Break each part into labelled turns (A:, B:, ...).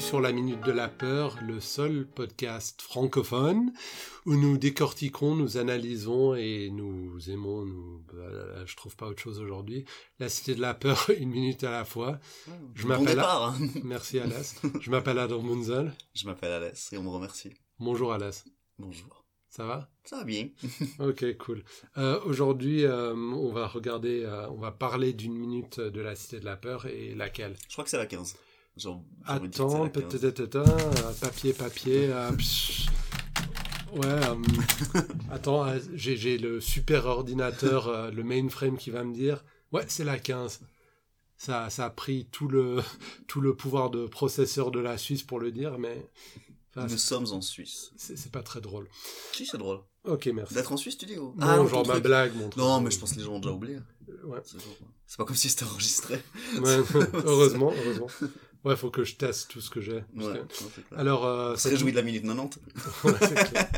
A: sur la Minute de la Peur, le seul podcast francophone où nous décortiquons, nous analysons et nous aimons, nous, bah, je trouve pas autre chose aujourd'hui, la Cité de la Peur une minute à la fois. Je
B: Mmh. Bon
A: m'appelle...
B: départ. hein.
A: Merci Alas. Je m'appelle Adam Munzel.
B: Je m'appelle Alès et on me remercie.
A: Bonjour Alas.
B: Bonjour.
A: Ça va
B: Ça va bien.
A: Ok, cool. Euh, aujourd'hui, euh, on va regarder, euh, on va parler d'une minute de la Cité de la Peur et laquelle
B: Je crois que c'est la 15. Genre, j'ai envie de dire que c'est
A: Attends,
B: la 15.
A: peut-être, peut-être, euh, papier, papier. euh, psh. ouais, euh, attends, euh, j'ai j'ai le super ordinateur, euh, le mainframe qui va me dire Ouais, c'est la 15. Ça, ça a pris tout le, tout le pouvoir de processeur de la Suisse pour le dire, mais enfin,
B: Nous sommes en Suisse.
A: c'est c'est pas très drôle.
B: Si, c'est drôle.
A: Ok, merci.
B: D'être en Suisse, tu dis gros
A: Bon,
B: non,
A: genre
B: ton
A: ma
B: Ah, truc.
A: blague, mon truc.
B: Non, mais je pense que les gens ont déjà oublié.
A: Ouais.
B: C'est genre- c'est pas comme si c'était enregistré.
A: Ouais, heureusement, heureusement. Ouais, faut que je teste tout ce que j'ai. parce
B: Ouais,
A: que-
B: non, c'est clair.
A: Alors, euh,
B: On se
A: cette-
B: réjouit de la minute 90.
A: Ouais, c'est clair.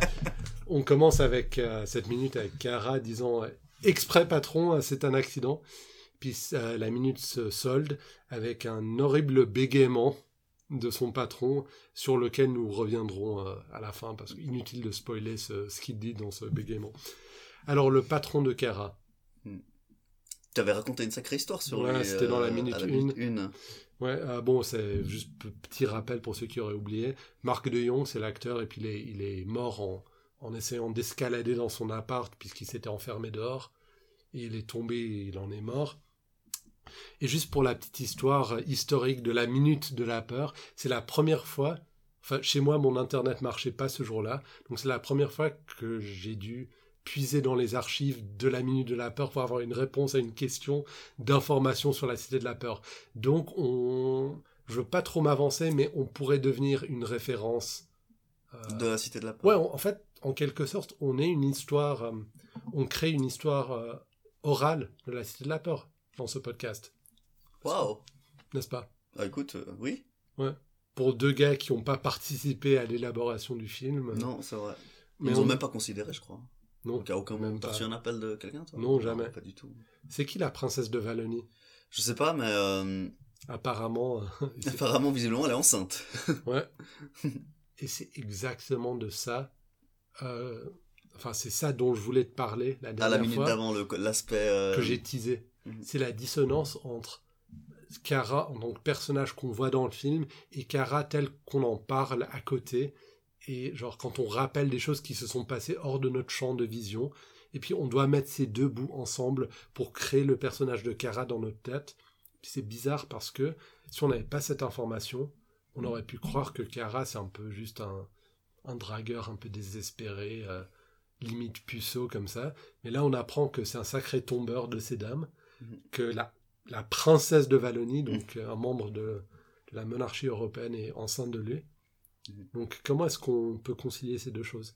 A: on commence avec euh, cette minute avec Cara disant euh, exprès patron, euh, c'est un accident. Puis euh, la minute se solde avec un horrible bégaiement de son patron sur lequel nous reviendrons euh, à la fin parce qu'inutile de spoiler ce, ce qu'il dit dans ce bégaiement. Alors le patron de Cara.
B: Tu avais raconté une sacrée histoire sur
A: Ouais,
B: lui,
A: c'était dans la
B: à
A: minute
B: une.
A: Ouais, euh, bon, c'est juste p- petit rappel pour ceux qui auraient oublié. Marc de Jong, c'est l'acteur, et puis il est, il est mort en, en essayant d'escalader dans son appart, puisqu'il s'était enfermé dehors. Et il est tombé, et il en est mort. Et juste pour la petite histoire euh, historique de la minute de la peur, c'est la première fois, enfin, chez moi, mon internet marchait pas ce jour-là, donc c'est la première fois que j'ai dû puiser dans les archives de la minute de la peur pour avoir une réponse à une question d'information sur la cité de la peur. Donc, on... je veux pas trop m'avancer, mais on pourrait devenir une référence. euh,
B: De la Cité de la Peur.
A: Ouais, en en fait, en quelque sorte, on est une histoire. euh, on crée une histoire euh, orale de la Cité de la Peur dans ce podcast,
B: Waouh.
A: n'est-ce pas
B: Ah, écoute, euh, oui.
A: Pour deux gars qui n'ont pas participé à l'élaboration du film.
B: Non, c'est vrai. Ils
A: mais
B: nous ont
A: on-
B: même pas considéré, je crois.
A: non.
B: Donc à aucun
A: même
B: moment,
A: pas.
B: t'as reçu un appel de quelqu'un, toi
A: Non, jamais.
B: Pas du tout.
A: C'est qui la princesse de Valonie
B: Je sais pas, mais euh,
A: Apparemment. euh, c'est-
B: apparemment, visiblement, elle est enceinte.
A: Ouais. Et c'est exactement de ça. euh, Enfin, c'est ça dont je voulais te parler la
B: À
A: dernière
B: la minute
A: fois.
B: d'avant, le- l'aspect... euh,
A: que j'ai teasé.
B: Mhm.
A: C'est la dissonance entre Kara en tant que personnage qu'on voit dans le film et Kara tel qu'on en parle à côté. Et genre quand on rappelle des choses qui se sont passées hors de notre champ de vision. Et puis on doit mettre ces deux bouts ensemble pour créer le personnage de Kara dans notre tête. Puis C'est bizarre parce que si on n'avait pas cette information, on aurait pu croire que Kara c'est un peu juste un, un dragueur un peu désespéré, euh, limite puceau comme ça. Mais là, on apprend que c'est un sacré tombeur de ces dames,
B: Mhm.
A: que la, la princesse de Wallonie, donc euh, un membre de, de la monarchie européenne, est enceinte de lui.
B: Mhm.
A: Donc, comment est-ce qu'on peut concilier ces deux choses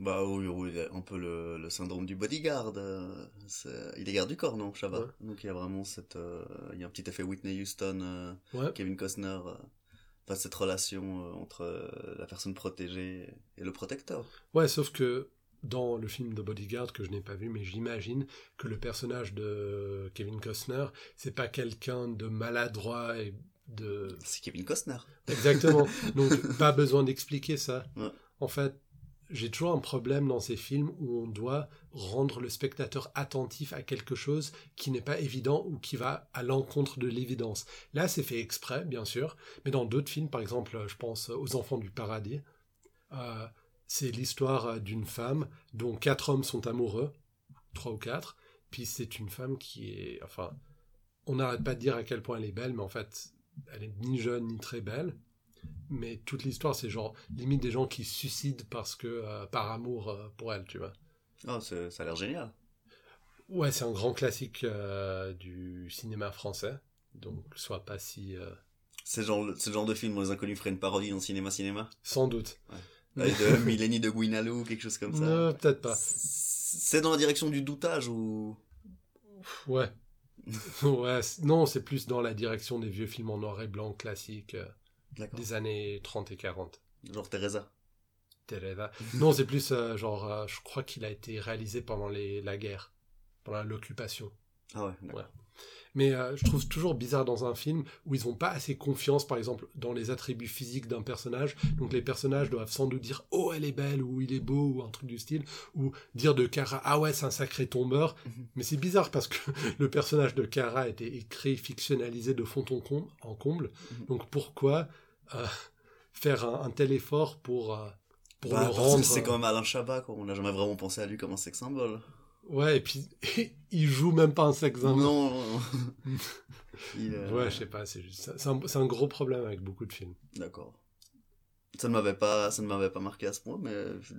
B: Bah oui, oui, il y a un peu le, le syndrome du bodyguard. euh, c'est- Il est garde du corps, non, Chabat
A: Ouais.
B: Donc il y a vraiment cette... euh, Il y a un petit effet Whitney Houston, euh,
A: Ouais,
B: Kevin Costner... euh, Enfin, cette relation euh, entre euh, la personne protégée et le protecteur.
A: ouais sauf que dans le film de Bodyguard, que je n'ai pas vu, mais j'imagine que le personnage de Kevin Costner, c'est pas quelqu'un de maladroit et de
B: C'est Kevin Costner.
A: Exactement. Donc, pas besoin d'expliquer ça.
B: Ouais.
A: En fait, j'ai toujours un problème dans ces films où on doit rendre le spectateur attentif à quelque chose qui n'est pas évident ou qui va à l'encontre de l'évidence. Là, c'est fait exprès, bien sûr, mais dans d'autres films, par exemple, je pense aux Enfants du Paradis, euh, c'est l'histoire euh, d'une femme dont quatre hommes sont amoureux, trois ou quatre, puis c'est une femme qui est, enfin, on n'arrête pas de dire à quel point elle est belle, mais en fait, elle est ni jeune ni très belle. Mais toute l'histoire, c'est genre limite des gens qui se suicident parce que euh, par amour euh, pour elle, tu vois.
B: Oh, c'est- ça a l'air génial.
A: Ouais, c'est un grand classique euh, du cinéma français, donc sois pas si euh,
B: C'est le genre, c'est le genre de film où les inconnus feraient une parodie dans Cinéma Cinéma.
A: sans doute.
B: Avec de Millénie de Guinalou, quelque chose comme ça.
A: Euh, Peut-être pas.
B: C'est dans la direction du doutage ou.
A: Ouais. ouais. c'est- Non, c'est plus dans la direction des vieux films en noir et blanc classiques euh,
B: D'accord.
A: des années 30 et 40.
B: Genre Teresa.
A: Teresa. Non, c'est plus euh, genre, euh, je crois qu'il a été réalisé pendant les- la guerre, pendant l'occupation.
B: Ah ouais, d'accord.
A: Mais euh, je trouve toujours bizarre dans un film où ils n'ont pas assez confiance, par exemple, dans les attributs physiques d'un personnage. Donc les personnages doivent sans doute dire Oh, elle est belle, ou il est beau, ou un truc du style, ou dire de Kara Ah ouais, c'est un sacré tombeur.
B: Mhm.
A: Mais c'est bizarre parce que le personnage de Kara a été écrit, fictionnalisé de fond en comble. en comble.
B: Mhm.
A: Donc pourquoi euh, faire un, un tel effort pour, euh, pour
B: Bah,
A: le
B: parce que
A: rendre euh,
B: c'est quand même Alain Chabat, quoi. On n'a jamais vraiment pensé à lui comme un sex symbole.
A: euh, Ouais, et puis il joue même pas un sexe
B: Non,
A: symbole.
B: non, non. Il, euh,
A: Ouais, je sais pas, c'est juste- c'est- c'est un- c'est un gros problème avec beaucoup de films.
B: D'accord. Ça ne m'avait pas, ça ne m'avait pas marqué à ce point, mais je-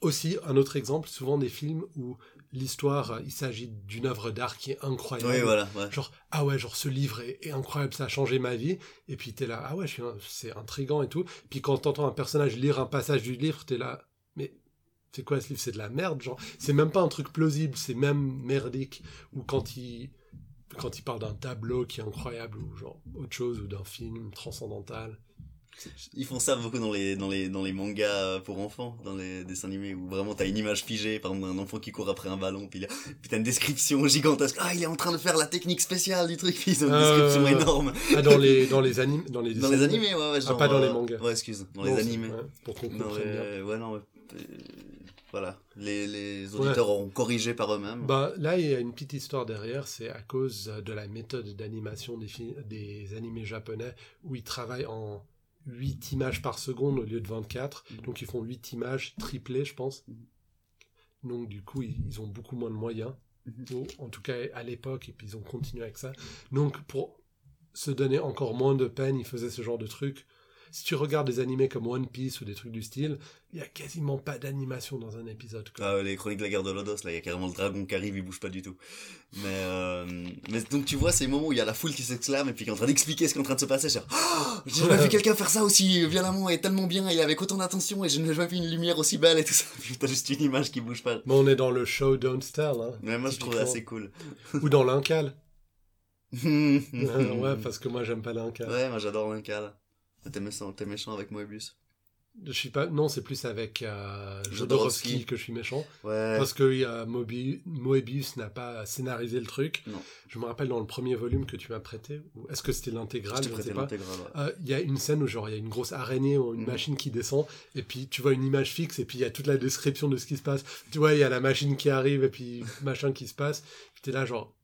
A: Aussi, un autre exemple, souvent des films où l'histoire, euh, il s'agit d'une œuvre d'art qui est incroyable.
B: oui, voilà. ouais.
A: Genre, ah ouais, genre ce livre est, est incroyable, ça a changé ma vie. Et puis t'es là, ah ouais, je suis un- c'est intrigant et tout. Puis quand t'entends un personnage lire un passage du livre, t'es là, mais c'est quoi ce livre C'est de la merde, genre. C'est même pas un truc plausible, c'est même merdique. Ou quand il, quand il parle d'un tableau qui est incroyable, ou genre autre chose, ou d'un film transcendantal.
B: Ils font ça beaucoup dans les, dans les, dans les mangas euh, pour enfants, dans les dessins animés, où vraiment t'as une image figée, par exemple un enfant qui court après un ballon, puis, il y a- puis t'as une description gigantesque. Ah, il est en train de faire la technique spéciale du truc, puis ils ont une
A: Euh,
B: description énorme.
A: Ah, dans les, dans les animes, dans les,
B: Dans
A: dessins
B: les
A: animés. Ah,
B: animés, ouais, ouais, genre.
A: pas dans les
B: euh,
A: mangas.
B: Ouais, excuse, dans
A: Non,
B: les
A: c'est-
B: animés.
A: ouais, pour qu'on
B: Dans
A: comprenne bien.
B: les... Ouais, non, ouais, euh, voilà. Les, les auditeurs auront corrigé par eux-mêmes.
A: Bah, là, il y a une petite histoire derrière, c'est à cause de la méthode d'animation des, fi- des animés japonais où ils travaillent en 8 images par seconde au lieu de 24.
B: Mhm.
A: Donc ils font 8 images triplées, je pense.
B: Mm.
A: Donc du coup, ils, ils ont beaucoup moins de moyens.
B: Mhm.
A: Ou, en tout cas, à l'époque, et puis ils ont continué avec ça. Donc pour se donner encore moins de peine, ils faisaient ce genre de truc. Si tu regardes des animés comme One Piece ou des trucs du style, il y a quasiment pas d'animation dans un épisode. quoi.
B: Ah, les chroniques de la guerre de Lodos, là, il y a carrément le dragon qui arrive, il bouge pas du tout. Mais, euh, mais donc tu vois ces moments où il y a la foule qui s'exclame et puis qui est en train d'expliquer ce qui est en train de se passer, genre, Ah, j'ai jamais vu quelqu'un faire ça aussi violemment et tellement bien et avec autant d'attention et je n'ai jamais vu une lumière aussi belle et tout ça. Puis t'as juste une image qui bouge pas.
A: Mais on est dans le show Don't Tell, hein.
B: Mais moi je trouve ça assez cool.
A: Ou dans l'incal.
B: ouais,
A: Euh, ouais, parce que moi j'aime pas l'incal.
B: ouais, moi j'adore l'incal. T'es méchant, t'es méchant avec Moebius.
A: Je suis pas. Non, c'est plus avec euh,
B: Jodorowsky.
A: Jodorowsky que je suis méchant.
B: Ouais.
A: Parce que euh, Mobi- Moebius n'a pas scénarisé le truc.
B: Non.
A: Je me rappelle dans le premier volume que tu m'as prêté. ou Est-ce que c'était
B: je
A: l'intégrale
B: t'ai
A: Je ne
B: prêté
A: sais pas.
B: l'intégrale. ouais.
A: Euh, Il y a une scène où genre il y a une grosse araignée ou une
B: Mhm.
A: machine qui descend et puis tu vois une image fixe et puis il y a toute la description de ce qui se passe. Tu vois il y a la machine qui arrive et puis machin qui se passe. Puis t'es là genre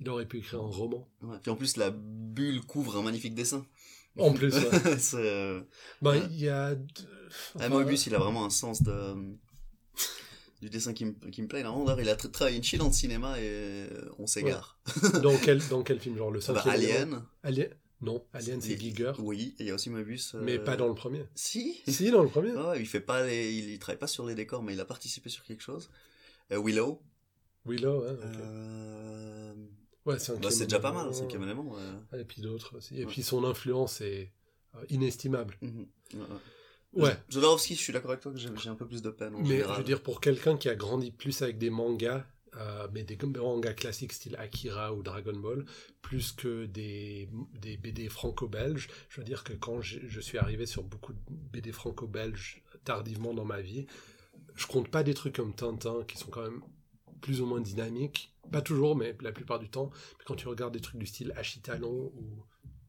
A: il aurait pu écrire un roman.
B: Ouais. Puis en plus la bulle couvre un magnifique dessin.
A: En plus. ouais.
B: C'est, euh,
A: Ben,
B: Ouais.
A: il y a. deux-
B: Ah,
A: enfin,
B: Moebius, il a vraiment un sens de... euh, du dessin qui me, qui me plaît. Il a, vraiment- d'ailleurs, il a tra- travaillé une chine de cinéma et euh, on s'égare.
A: Dans quel, dans quel film Genre le
B: Bah,
A: cinquième élément
B: Alien,
A: Alien Non, Alien c'est
B: C'est-
A: Giger,
B: oui, et il y a aussi Moebius. euh,
A: mais pas dans le premier.
B: Si
A: Si, dans le premier.
B: Ouais, il fait pas les- il, il travaille pas sur les décors, mais il a participé sur quelque chose. Euh, Willow.
A: Willow, hein, ok.
B: euh,
A: Ouais, c'est un
B: bah, c'est déjà pas mal, le
A: c'est
B: cinquième élément. ouais.
A: Et puis d'autres aussi. Et
B: Ouais.
A: puis son influence est euh, inestimable.
B: Mhm. Ouais, ouais.
A: Ouais.
B: Jodorowsky, je suis d'accord avec toi que j'ai j'ai un peu plus de peine. En
A: Mais
B: général.
A: je veux dire, pour quelqu'un qui a grandi plus avec des mangas, euh, mais des mangas classiques style Akira ou Dragon Ball, plus que des, des BD franco-belges, je veux dire que quand je, je suis arrivé sur beaucoup de BD franco-belges tardivement dans ma vie, je compte pas des trucs comme Tintin qui sont quand même plus ou moins dynamiques, pas toujours, mais la plupart du temps. Mais quand tu regardes des trucs du style Achitalon ou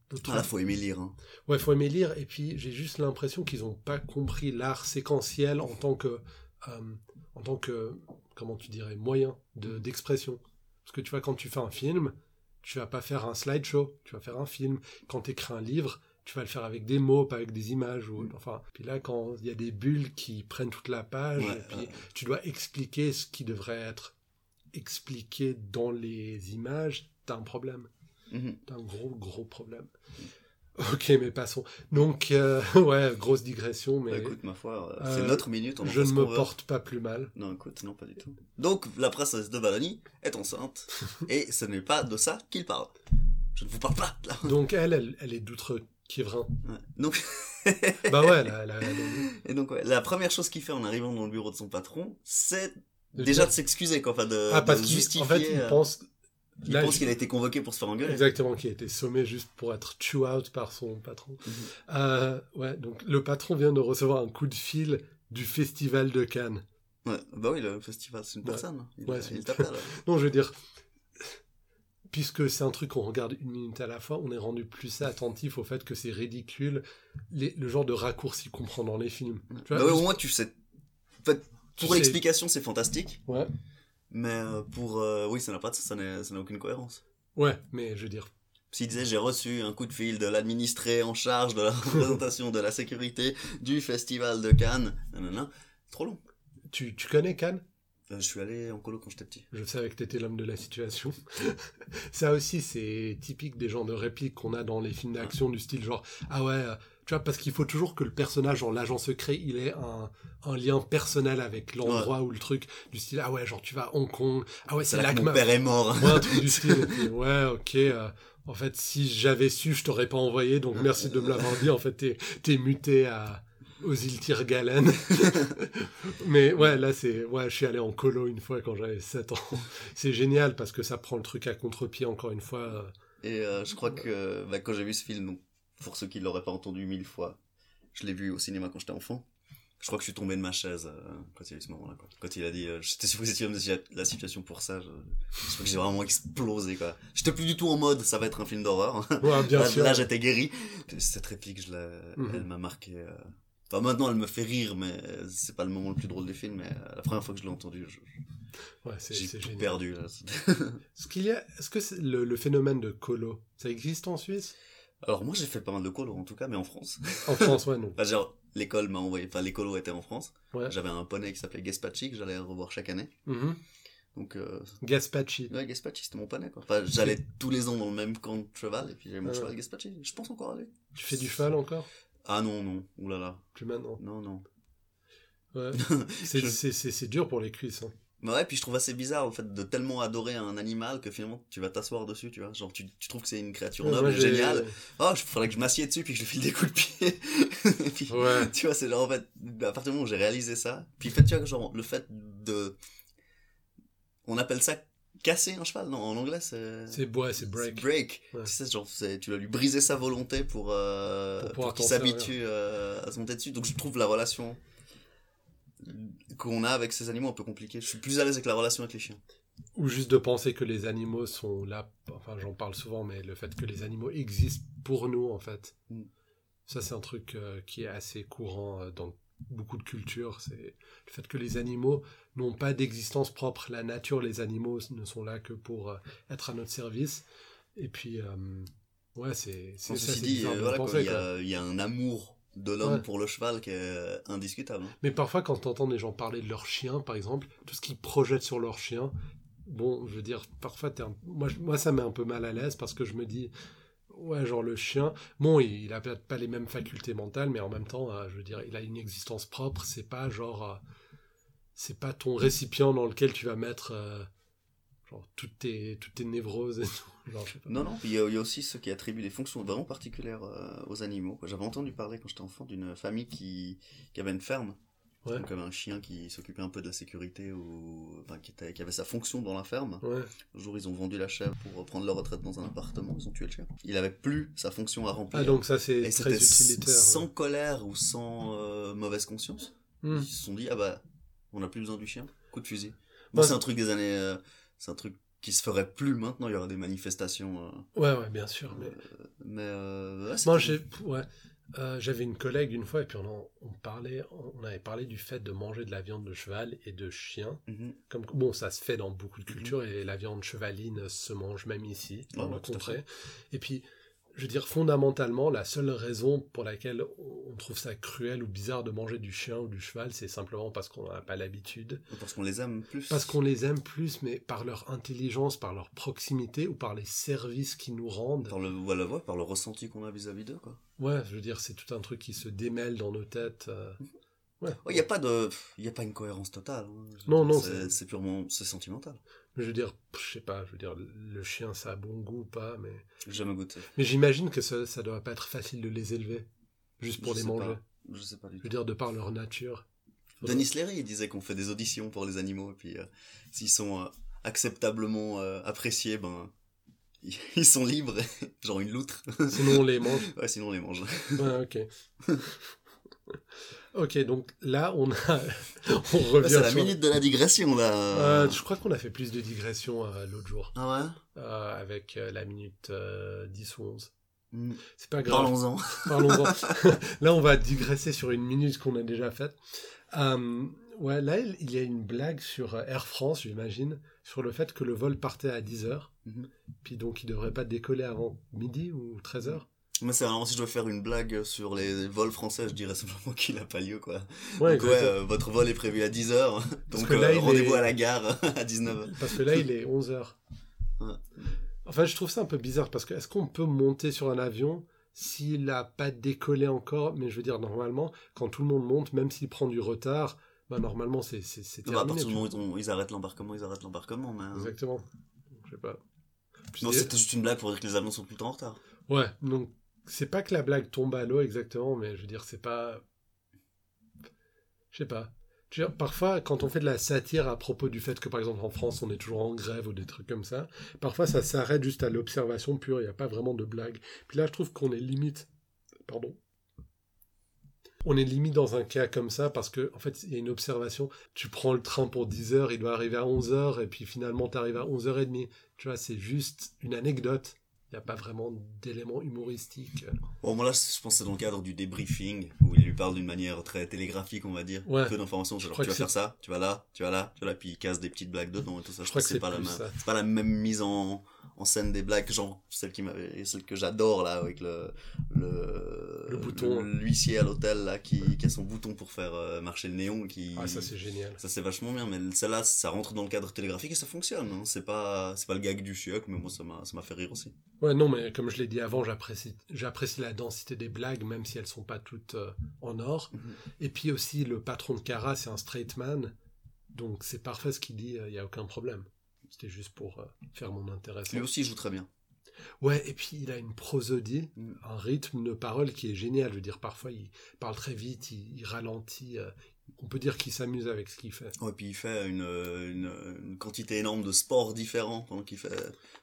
A: d'autres
B: Ah, là, faut aimer lire. hein.
A: Ouais, faut aimer lire. Et puis, j'ai juste l'impression qu'ils n'ont pas compris l'art séquentiel en tant que, euh, en tant que, comment tu dirais, moyen de-
B: Mm.
A: d'expression. Parce que tu vois, quand tu fais un film, tu vas pas faire un slideshow, tu vas faire un film. Quand tu écris un livre, tu vas le faire avec des mots, pas avec des images. Ou,
B: Mm.
A: enfin, puis là, quand il y a des bulles qui prennent toute la page,
B: Ouais,
A: et puis tu dois expliquer ce qui devrait être expliqué dans les images, t'as un problème.
B: Mhm.
A: C'est un gros, gros problème. Ok, mais passons. Donc, euh, ouais, grosse digression,
B: Bah,
A: mais
B: écoute, ma foi, euh, c'est
A: Euh,
B: notre minute. On en
A: je
B: fait
A: ne
B: ce
A: me
B: qu'on veut.
A: porte pas plus mal.
B: Non, écoute, non, pas du tout. Donc, la princesse de Baloney est enceinte, et ce n'est pas de ça qu'il parle. Je ne vous parle pas, là.
A: Donc, elle, elle, elle est d'outre-Quiévrin.
B: Ouais. Donc,
A: bah ouais, elle a- elle a- elle a-
B: et donc, ouais, la première chose qu'il fait en arrivant dans le bureau de son patron, c'est
A: De
B: déjà de s'excuser, quoi, enfin, de,
A: Ah,
B: de
A: parce qu'il
B: justifier.
A: en fait, il
B: euh,
A: pense.
B: il
A: là,
B: pense
A: je-
B: qu'il a été convoqué pour se faire engueuler.
A: Exactement, qui a été sommé juste pour être chew out par son patron.
B: Mhm.
A: Euh, ouais, donc le patron vient de recevoir un coup de fil du festival de Cannes.
B: Ouais. Bah oui, le festival, c'est une
A: Ouais.
B: personne. Il,
A: Ouais, c'est
B: il
A: une-
B: t'appelle.
A: Non, je veux dire, puisque c'est un truc qu'on regarde une minute à la fois, on est rendu plus attentif au fait que c'est ridicule les- le genre de raccourci qu'on prend dans les films. Tu vois,
B: Bah ouais, au
A: juste-
B: moins, tu sais. en fait, pour
A: sais-
B: l'explication, c'est fantastique.
A: Ouais.
B: Mais euh, pour. euh, oui, ça n'a pas de- ça n'a ça n'a aucune cohérence.
A: Ouais, mais je veux dire,
B: S'il disait j'ai reçu un coup de fil de l'administré en charge de la représentation de la sécurité du festival de Cannes, nanana, trop long.
A: tu, tu connais Cannes
B: Euh, je suis allé en colo quand j'étais petit.
A: Je savais que t'étais l'homme de la situation. ça aussi, c'est typique des genres de répliques qu'on a dans les films d'action du style genre ah ouais, euh, tu vois, parce qu'il faut toujours que le personnage dans l'agent secret, il ait un, un lien personnel avec l'endroit ou le truc du style ah ouais, genre tu vas à Hong Kong, ah ouais,
B: C'est
A: c'est
B: là
A: là
B: que
A: que
B: mon
A: ma-
B: père est mort.
A: Ouais, un truc du style. Et puis, ouais, ok. euh, en fait, si j'avais su, je t'aurais pas envoyé. Donc merci de me l'avoir dit. En fait, t'es, t'es muté à aux îles Tirgalen. Mais ouais, là c'est ouais, je suis allé en colo une fois quand j'avais 7 ans. C'est génial parce que ça prend le truc à contre-pied encore une fois. euh,
B: Et euh, je crois que bah, quand j'ai vu ce film, donc, pour ceux qui l'auraient pas entendu mille fois, je l'ai vu au cinéma quand j'étais enfant. Je crois que je suis tombé de ma chaise euh, quand il y a eu ce moment-là. quoi. Quand il a dit, euh, j'étais sûr que c'était la- la situation pour ça. Je, je crois que j'ai vraiment explosé. quoi. J'étais plus du tout en mode, ça va être un film d'horreur.
A: Ouais, bien
B: là,
A: sûr.
B: là, j'étais guéri. Cette réplique, je l'ai-
A: Mhm.
B: elle m'a marqué. euh. Enfin, maintenant, elle me fait rire, mais euh, c'est pas le moment le plus drôle du film. Mais euh, la première fois que je l'ai entendu, je-
A: Ouais, c'est,
B: j'ai
A: c'est
B: tout
A: génial.
B: perdu. là.
A: Est-ce qu'il y a, est-ce que c'est le, le phénomène de colo, ça existe en Suisse,
B: Alors, moi, j'ai fait pas mal de colos, en tout cas, mais en France.
A: en France, ouais, non.
B: Enfin, genre, l'école m'a envoyé. Enfin, les colos étaient en France.
A: Ouais.
B: J'avais un poney qui s'appelait Gaspachi que j'allais revoir chaque année.
A: Mhm.
B: Donc, euh,
A: Gaspachi.
B: ouais, Gaspachi, c'était mon poney, quoi. Enfin, j'allais tous les ans dans le même camp de cheval, et puis j'avais mon
A: Ouais.
B: cheval Gaspachi. Je pense encore aller.
A: Tu fais du cheval hein encore
B: Ah non, non. Ouh là là.
A: Plus maintenant.
B: Non, non.
A: Ouais. C'est,
B: Je-
A: c'est, c'est, c'est dur pour les cuisses. hein.
B: Bah ouais, puis je trouve assez bizarre en fait de tellement adorer un animal que finalement tu vas t'asseoir dessus, tu vois. Genre tu, tu trouves que c'est une créature
A: Ouais,
B: noble
A: moi,
B: et
A: j'ai-
B: géniale. Oh, je faudrait que je m'assieds dessus puis que je lui file des coups de pied. Et puis,
A: Ouais.
B: Tu vois, c'est genre en fait, à partir du moment où j'ai réalisé ça, puis en fait, tu vois, genre le fait de. On appelle ça casser un cheval, non En anglais c'est.
A: C'est ouais, c'est break. Ouais.
B: Tu sais, genre, c'est- tu vas lui briser sa volonté pour, euh,
A: Pour
B: pour,
A: pouvoir
B: qu'il
A: t'en servir.
B: s'habitue euh, à se monter dessus. Donc, je trouve la relation qu'on a avec ces animaux un peu compliquée. Je suis plus à l'aise avec la relation avec les chiens.
A: Ou juste de penser que les animaux sont là. Enfin, j'en parle souvent, mais le fait que les animaux existent pour nous, en fait.
B: Mm.
A: Ça, c'est un truc euh, qui est assez courant euh, dans beaucoup de cultures. C'est le fait que les animaux n'ont pas d'existence propre. La nature, les animaux ne sont là que pour euh, être à notre service. Et puis, euh, ouais, c'est c'est
B: Bon,
A: ça,
B: ceci
A: c'est
B: dit,
A: bizarre
B: euh,
A: de le
B: voilà, quoi,
A: penser,
B: il, y
A: quoi.
B: a, il y a un amour de l'homme
A: Ouais.
B: pour le cheval qui est euh, indiscutable. hein.
A: Mais parfois, quand t'entends des gens parler de leur chien, par exemple, tout ce qu'ils projettent sur leur chien, bon, je veux dire, parfois, t'es un- moi, je- moi, ça met un peu mal à l'aise parce que je me dis, ouais, genre le chien, bon, il, il a peut-être pas les mêmes facultés mentales, mais en même temps, euh, je veux dire, il a une existence propre, c'est pas genre, euh, c'est pas ton récipient dans lequel tu vas mettre, euh, genre, toutes tes, toutes tes névroses et tout. Genre, je sais pas.
B: Non, non, puis il y, a- il y a aussi ceux qui attribuent des fonctions vraiment particulières euh, aux animaux. quoi. J'avais entendu parler quand j'étais enfant d'une famille qui, qui avait une ferme.
A: Ouais.
B: Donc, avait un chien qui s'occupait un peu de la sécurité ou enfin, qui, était- qui avait sa fonction dans la ferme.
A: Ouais,
B: Un jour, ils ont vendu la chèvre pour prendre leur retraite dans un appartement. Ils ont tué le chien. Il avait plus sa fonction à remplir.
A: Ah, donc ça, c'est
B: Et
A: très
B: c'était s-
A: utilitaire.
B: sans colère ou sans euh, mauvaise conscience.
A: Hmm.
B: Ils se sont dit ah bah on n'a plus besoin du chien. Coup de fusil. Bon,
A: Ouais.
B: c'est un truc des années. euh, c'est un truc qui se ferait plus maintenant. Il y aura des manifestations. euh,
A: Ouais, ouais, bien sûr, mais.
B: mais euh, ouais,
A: Moi,
B: c'était-
A: j'ai- ouais. Euh, j'avais une collègue une fois, et puis on, en- on parlait, on avait parlé du fait de manger de la viande de cheval et de chien.
B: Mhm.
A: Comme, bon, ça se fait dans beaucoup de cultures, et la viande chevaline se mange même ici, dans
B: Ah, Ouais,
A: le
B: ouais, tout à
A: contrée. Et puis, je veux dire, fondamentalement, la seule raison pour laquelle on trouve ça cruel ou bizarre de manger du chien ou du cheval, c'est simplement parce qu'on n'en a pas l'habitude.
B: Parce qu'on les aime plus.
A: Parce qu'on les aime plus, mais par leur intelligence, par leur proximité ou par les services qu'ils nous rendent.
B: par le voilà, ouais, par le ressenti qu'on a vis-à-vis d'eux quoi.
A: Ouais, je veux dire, c'est tout un truc qui se démêle dans nos têtes. euh, Ouais.
B: Il n'y a pas de, il y a pas une cohérence totale. hein.
A: Non, non,
B: C'est
A: c'est-
B: c'est purement, c'est sentimental.
A: Je veux dire, pff, je sais pas, je veux dire, le chien, ça a bon goût ou pas, mais.
B: J'ai jamais goûté.
A: Mais j'imagine que ça, ça doit pas être facile de les élever, juste pour
B: Je
A: les
B: sais
A: manger.
B: pas. Je sais pas du
A: Je veux
B: tout.
A: dire, de par leur nature.
B: Denis Leary il disait qu'on fait des auditions pour les animaux et puis euh, s'ils sont euh, acceptablement euh, appréciés, ben ils sont libres, genre une loutre.
A: Sinon, on les mange.
B: ouais, sinon on les mange.
A: Ouais, ok. Ok, donc là, on a. on revient.
B: Là, c'est la
A: sur-
B: minute de la digression, là.
A: Euh, je crois qu'on a fait plus de digressions euh, l'autre jour,
B: Ah ouais
A: euh, avec euh, la minute euh, 10 ou 11.
B: Mm.
A: C'est pas grave.
B: Parlons-en.
A: Parlons-en. là, on va digresser sur une minute qu'on a déjà faite. Euh, ouais, là, il il y a une blague sur euh, Air France, j'imagine, sur le fait que le vol partait à 10h.
B: Mhm.
A: Puis donc, il devrait pas décoller avant midi ou 13h.
B: Moi, c'est vraiment si je dois faire une blague sur les vols français, je dirais simplement qu'il n'a pas lieu, quoi.
A: Ouais,
B: donc, ouais, euh, votre vol est prévu à 10h.
A: Parce
B: Donc,
A: que là,
B: euh,
A: il est-
B: rendez-vous à la gare à 19h.
A: euh, Parce que là, il est 11h.
B: Ouais.
A: Enfin, je trouve ça un peu bizarre parce que est-ce qu'on peut monter sur un avion s'il n'a pas décollé encore Mais je veux dire, normalement, quand tout le monde monte, même s'il prend du retard, bah, normalement, c'est c'est- c'est
B: Non, bah, à
A: terminé.
B: partir du
A: tu
B: moment où ils ont- ils arrêtent l'embarquement, ils arrêtent l'embarquement. Mais...
A: vois.
B: euh,
A: Exactement. Je sais pas. Puis
B: Non,
A: des-
B: c'était juste une blague pour dire que les avions sont tout le temps en retard.
A: Ouais, donc c'est pas que la blague tombe à l'eau exactement, mais je veux dire, c'est pas. Je sais pas. Je veux dire, parfois, quand on fait de la satire à propos du fait que, par exemple, en France, on est toujours en grève ou des trucs comme ça, parfois ça s'arrête juste à l'observation pure, il n'y a pas vraiment de blague. Puis là, je trouve qu'on est limite. Pardon. On est limite dans un cas comme ça parce que, en fait, il y a une observation. Tu prends le train pour 10 heures, il doit arriver à 11 heures, et puis finalement, tu arrives à 11h30. Tu vois, c'est juste une anecdote. Il n'y a pas vraiment d'éléments humoristiques.
B: Bon, moi là, je pense que c'est dans le cadre du débriefing, où il lui parle d'une manière très télégraphique, on va dire.
A: Ouais.
B: Peu d'informations, c'est
A: Je
B: genre,
A: crois
B: tu vas
A: que
B: faire ça, tu vas là, tu vas là, tu vas là, puis il casse des petites blagues dedans et tout ça. Je,
A: crois
B: crois
A: que
B: que
A: c'est
B: c'est pas, la
A: plus
B: même-
A: ça.
B: c'est pas la même mise en, en scène des blagues, genre celle, qui m'avait- celle que j'adore là, avec le. Le,
A: Le bouton.
B: L'huissier à l'hôtel là, qui, qui a son bouton pour faire euh, marcher le néon, qui.
A: Ah, ça, c'est génial.
B: Ça c'est vachement bien, mais celle-là, ça rentre dans le cadre télégraphique et ça fonctionne. hein. C'est pas, c'est pas le gag du siècle, mais moi ça m'a, ça m'a fait rire aussi.
A: Ouais, non, mais comme je l'ai dit avant, j'apprécie j'apprécie la densité des blagues, même si elles sont pas toutes euh, en or.
B: Mhm.
A: Et puis aussi, le patron de Cara, c'est un straight man. Donc, c'est parfait ce qu'il dit, il n'y a aucun problème. C'était juste pour euh, faire mon intéressant.
B: Lui aussi il joue très bien.
A: Ouais, et puis il a une prosodie,
B: Mm.
A: un rythme de parole qui est génial. Je veux dire, parfois, il parle très vite, il, il ralentit. euh, on peut dire qu'il s'amuse avec ce qu'il fait.
B: Ouais, et puis il fait une, euh, une, une quantité énorme de sports différents pendant qu'il fait.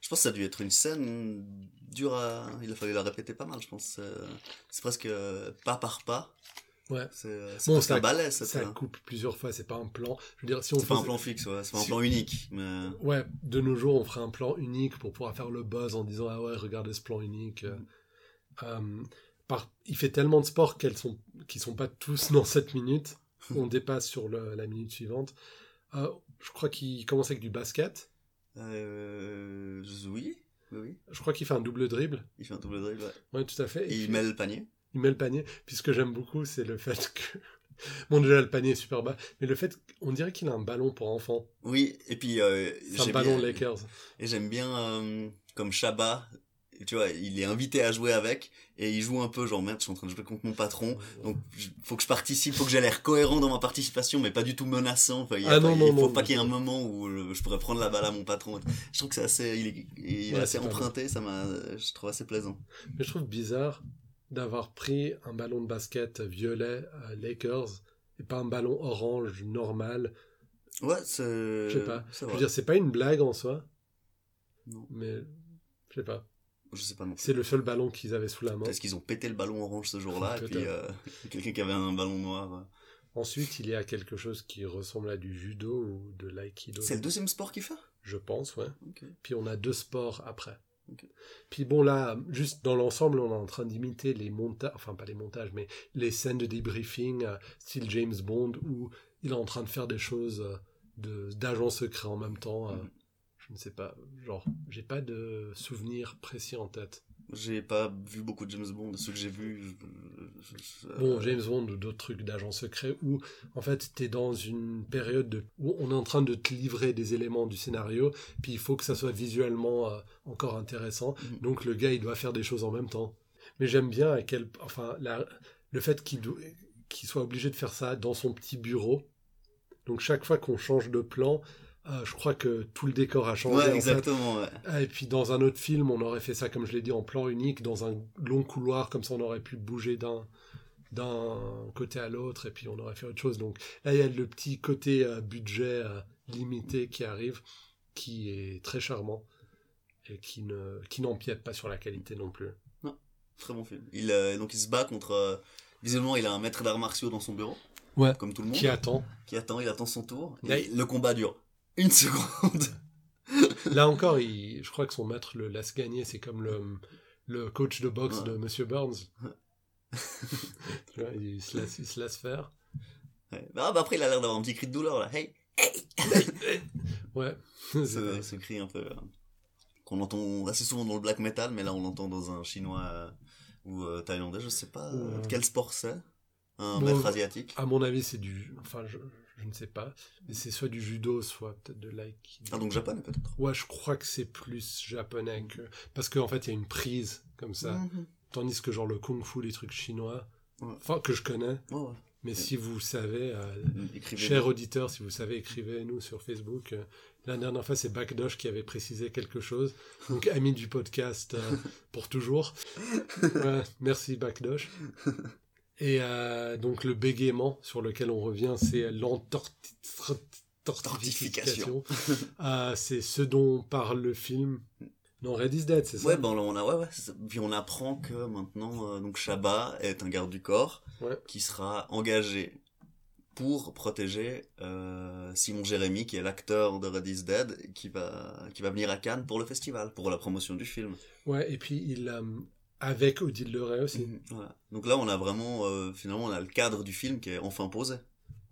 B: Je pense que ça a dû être une scène dure à. Il a fallu la répéter pas mal, je pense. euh, C'est presque euh, pas par pas.
A: Ouais.
B: C'est euh, c'est
A: Bon,
B: presque
A: ça-
B: un ballet,
A: Ça,
B: cette scène.
A: coupe plusieurs fois, c'est pas un plan. Je veux dire, si on
B: C'est pas un
A: faisait-
B: plan hein. fixe, ouais. C'est pas un
A: Si-
B: plan unique. Mais...
A: Ouais, de nos jours, on ferait un plan unique pour pouvoir faire le buzz en disant Ah ouais, regardez ce plan unique. Euh,
B: Mm.
A: euh, par- Il fait tellement de sports qu'elles sont... qui sont pas tous dans cette minute. On dépasse sur le- la minute suivante. Euh, je crois qu'il commence avec du basket.
B: Euh... Oui, oui, oui.
A: Je crois qu'il fait un double dribble.
B: Il fait un double dribble, ouais.
A: Ouais, tout à fait.
B: Et il
A: puis,
B: met le panier.
A: il met le panier. Puis ce que j'aime beaucoup, c'est le fait que. Bon, déjà, le panier est super bas. Mais le fait qu'on dirait qu'il a un ballon pour enfant.
B: Oui, et puis. Euh,
A: C'est un
B: j'ai
A: ballon
B: bien-
A: Lakers.
B: Et j'aime bien euh, comme Shabba, tu vois, il est invité à jouer avec et il joue un peu genre merde, je suis en train de jouer contre mon patron. Donc je- faut que je participe, faut que j'ai l'air cohérent dans ma participation, mais pas du tout menaçant. Enfin, il y a
A: Ah
B: pas-
A: non,
B: il
A: non,
B: faut
A: non,
B: pas
A: non.
B: qu'il y ait un moment où euh, je pourrais prendre la balle à mon patron. Je trouve que c'est assez, il est, il est
A: Ouais, c'est
B: assez
A: pas mal.
B: emprunté, ça m'a, je trouve assez plaisant.
A: Mais je trouve bizarre d'avoir pris un ballon de basket violet euh, Lakers et pas un ballon orange normal.
B: Ouais, c'est. Je
A: sais pas.
B: C'est
A: Je
B: vrai.
A: veux dire, c'est pas une blague en soi.
B: Non.
A: Mais je sais pas.
B: Je sais pas non. plus.
A: C'est le seul ballon qu'ils avaient sous la main.
B: Parce qu'ils ont pété le ballon orange ce jour-là, et
A: Ah, Peut-être.
B: puis euh, quelqu'un qui avait un ballon noir. euh. ouais.
A: Ensuite, il y a quelque chose qui ressemble à du judo ou de l'aïkido.
B: C'est le deuxième sport qu'il fait
A: Je pense, ouais.
B: Ok.
A: Puis on a deux sports après.
B: Ok.
A: Puis bon, là, juste dans l'ensemble, on est en train d'imiter les montages, enfin pas les montages, mais les scènes de débriefing, euh, style James Bond, où il est en train de faire des choses euh, de- d'agent secret en même temps. euh,
B: Mhm.
A: Je ne sais pas, genre, j'ai pas de souvenir précis en tête.
B: J'ai pas vu beaucoup de James Bond, ceux que j'ai vus. je- je- je-
A: Bon,
B: euh,
A: James Bond ou d'autres trucs d'agent secret où, en fait, t'es dans une période de- où on est en train de te livrer des éléments du scénario, puis il faut que ça soit visuellement euh, encore intéressant.
B: Mhm.
A: Donc le gars, il doit faire des choses en même temps. Mais j'aime bien à quel, enfin, la- le fait qu'il do- qu'il soit obligé de faire ça dans son petit bureau. Donc chaque fois qu'on change de plan, euh, je crois que tout le décor a changé. en
B: Ouais,
A: fait.
B: exactement. ouais.
A: Ah, et puis dans un autre film, on aurait fait ça, comme je l'ai dit, en plan unique, dans un long couloir, comme ça on aurait pu bouger d'un d'un côté à l'autre, et puis on aurait fait autre chose. Donc là, il y a le petit côté euh, budget euh, limité qui arrive, qui est très charmant, et qui ne qui n'empiète pas sur la qualité non plus.
B: Très bon film. Il, euh, donc il se bat contre. euh, Visiblement, il a un maître d'arts martiaux dans son bureau.
A: Ouais.
B: Comme tout le monde.
A: Qui attend
B: qui attend, il attend son tour. Et
A: Là,
B: le combat dure une seconde.
A: Là encore, il- je crois que son maître le laisse gagner. C'est comme le, le coach de boxe
B: Ouais.
A: de Monsieur Burns. Tu vois, il, se laisse, il se laisse faire.
B: Ouais. Ah, bah après, il a l'air d'avoir un petit cri de douleur là. Hey
A: Ouais.
B: ce, ce cri un peu. euh, qu'on entend assez souvent dans le black metal, mais là on l'entend dans un chinois euh, ou euh, thaïlandais, je sais pas euh,
A: Ouais.
B: quel sport c'est.
A: Bon,
B: Un
A: Ah.
B: maître asiatique.
A: À mon avis, c'est du. Enfin, je, je ne sais pas. Mais c'est soit du judo, soit peut-être de l'aïkido.
B: Ah, donc japonais peut-être.
A: Ouais, je crois que c'est plus japonais que. Parce qu'en fait, il y a une prise comme ça.
B: Mhm.
A: Tandis que, genre, le kung-fu, les trucs chinois.
B: Ouais.
A: Enfin, que je connais.
B: Ouais, ouais.
A: Mais si vous savez. euh,
B: Écrivez-
A: Chers auditeurs, si vous savez, écrivez-nous sur Facebook. Euh, La dernière fois, c'est Backdosh qui avait précisé quelque chose. Donc, ami du podcast euh, pour toujours. Ouais, merci, Backdosh. Et euh, donc, le bégaiement sur lequel on revient, c'est l'entortification. Euh,
B: Tortification.
A: c'est ce dont parle le film. Non, Red is Dead, c'est ça
B: Ouais, ben là, on a, ouais, ouais, c'est ça. puis on apprend que maintenant, euh, donc Shabba est un garde du corps
A: Ouais.
B: qui sera engagé pour protéger euh, Simon Jérémy, qui est l'acteur de Red is Dead, qui va, qui va venir à Cannes pour le festival, pour la promotion du film.
A: Ouais, et puis il. euh, avec Odile Leray aussi.
B: Mhm. Voilà. Donc là, on a vraiment, euh, finalement, on a le cadre du film qui est enfin posé.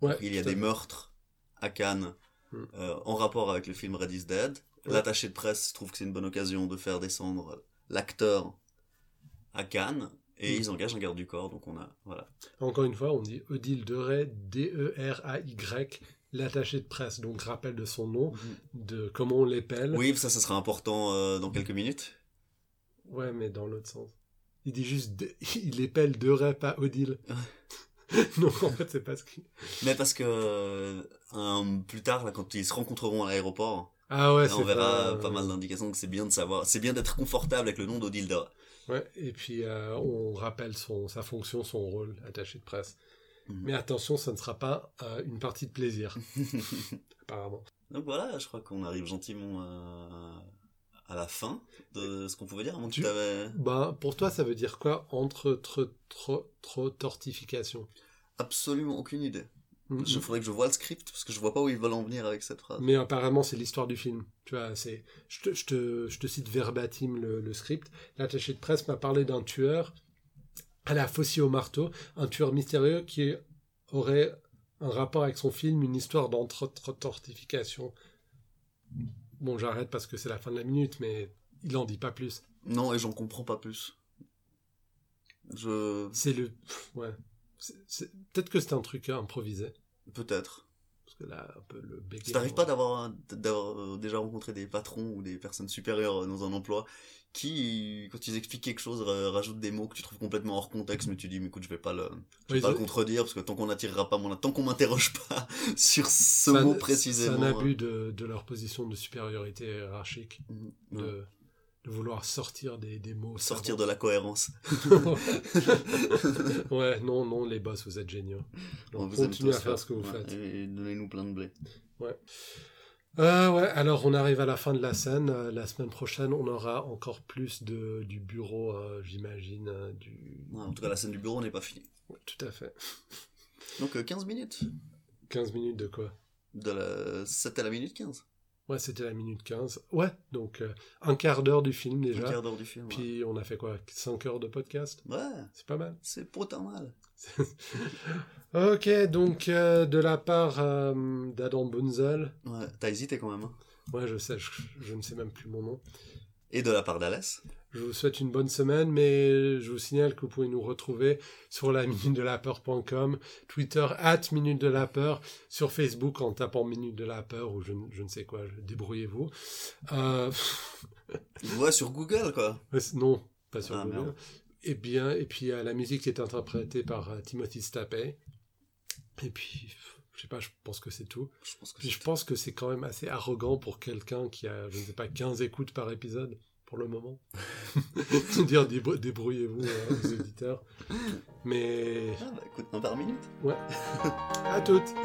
A: Ouais,
B: Il y a
A: tout à
B: des
A: fait.
B: meurtres à Cannes
A: Mhm.
B: euh, en rapport avec le film Red is Dead.
A: Ouais.
B: L'attaché de presse trouve que c'est une bonne occasion de faire descendre l'acteur à Cannes et
A: Mhm.
B: ils engagent un garde du corps. Donc on a voilà.
A: Encore une fois, on dit Odile Deray, D-E-R-A-Y, l'attaché de presse, donc rappel de son nom, de comment on l'épelle.
B: Oui, ça, ça sera important euh, dans quelques minutes.
A: Ouais, mais dans l'autre sens. Il dit juste, de- il épelle Deray, pas Odile. non, en fait, c'est pas ce qu'il...
B: Mais parce que euh, un- plus tard, là, quand ils se rencontreront à l'aéroport,
A: Ah ouais,
B: là, on
A: c'est
B: verra
A: pas...
B: pas mal d'indications que c'est bien de savoir, c'est bien d'être confortable avec le nom d'Odile Dora.
A: Ouais, et puis euh, on rappelle son, sa fonction, son rôle, attaché de presse.
B: Mhm.
A: Mais attention, ça ne sera pas euh, une partie de plaisir, apparemment.
B: Donc voilà, je crois qu'on arrive gentiment à, à la fin de ce qu'on pouvait dire. Avant
A: Tu-
B: tu avais
A: Ben, pour toi, ça veut dire quoi entre trop, trop, trop tortification
B: absolument aucune idée.
A: Mhm.
B: Je faudrait que je vois le script parce que je vois pas où ils veulent en venir avec cette phrase.
A: Mais apparemment, c'est l'histoire du film. Tu vois, c'est. Je te, je te- je te cite verbatim le, le script. L'attaché de presse m'a parlé d'un tueur à la faucille au marteau, un tueur mystérieux qui aurait un rapport avec son film, une histoire d'entre-tortification. Bon, j'arrête parce que c'est la fin de la minute, mais il en dit pas plus.
B: Non, et j'en comprends pas plus. Je
A: C'est le. pff, ouais. C'est- c'est- Peut-être que c'est un truc à improviser.
B: peut-être.
A: Parce que là, un peu le béguin.
B: Si t'arrives pas d'avoir un- d'avoir euh, déjà rencontré des patrons ou des personnes supérieures euh, dans un emploi qui, quand ils expliquent quelque chose, ra- rajoutent des mots que tu trouves complètement hors contexte, mais tu dis, mais écoute, je vais pas le, je vais
A: Ouais,
B: pas le
A: ils-
B: contredire parce que tant qu'on n'attirera pas mon, tant qu'on m'interroge pas sur ce
A: c'est un-
B: mot
A: C'est
B: précisément.
A: un
B: euh,
A: abus de, de leur position de supériorité hiérarchique.
B: Mhm.
A: de, de vouloir sortir des, des mots.
B: euh, Sortir de la cohérence.
A: savants. ouais, non, non, les boss, vous êtes géniaux. Donc,
B: On vous aime
A: continuez à
B: tous,
A: faire
B: ouais.
A: ce que vous
B: Ouais,
A: faites.
B: Et, et donnez-nous plein de blé.
A: Euh, ouais, alors on arrive à la fin de la scène. Euh, la semaine prochaine, on aura encore plus de, du bureau, euh, j'imagine. euh, du...
B: Ouais, en tout cas, la scène du bureau n'est pas finie.
A: Ouais, Tout à fait.
B: Donc euh, 15 minutes.
A: 15 minutes de quoi
B: De la... C'était la minute 15.
A: Ouais, c'était la minute 15. Ouais, donc euh, un quart d'heure du film
B: Un
A: déjà.
B: quart d'heure du film. ouais.
A: Puis on a fait quoi 5 heures de podcast
B: Ouais,
A: C'est pas mal.
B: c'est pas tant mal.
A: Ok, donc euh, de la part euh, d'Adam Bunzel,
B: Ouais, t'as hésité quand même. hein.
A: ouais, je sais, je, je ne sais même plus mon nom.
B: Et de la part d'Alès.
A: Je vous souhaite une bonne semaine, mais je vous signale que vous pouvez nous retrouver sur la minute de la peur.com, Twitter at minute de la peur, sur Facebook en tapant minute de la peur ou je, ne- je ne sais quoi, je- débrouillez-vous. Euh,
B: Ouais, sur Google, quoi.
A: ouais, c'est- non, pas sur
B: Ah,
A: Google.
B: merde.
A: Et bien, et puis euh, la musique est interprétée par euh, Timothy Stapey. Et puis, je sais pas, je pense que c'est tout.
B: Je pense que
A: Puis je pense que c'est quand même assez arrogant pour quelqu'un qui a, je ne sais pas, 15 écoutes par épisode pour le moment. De dire débrou- débrouillez-vous euh, aux éditeurs. Mais
B: Ah, bah écoute, un par minute.
A: à toutes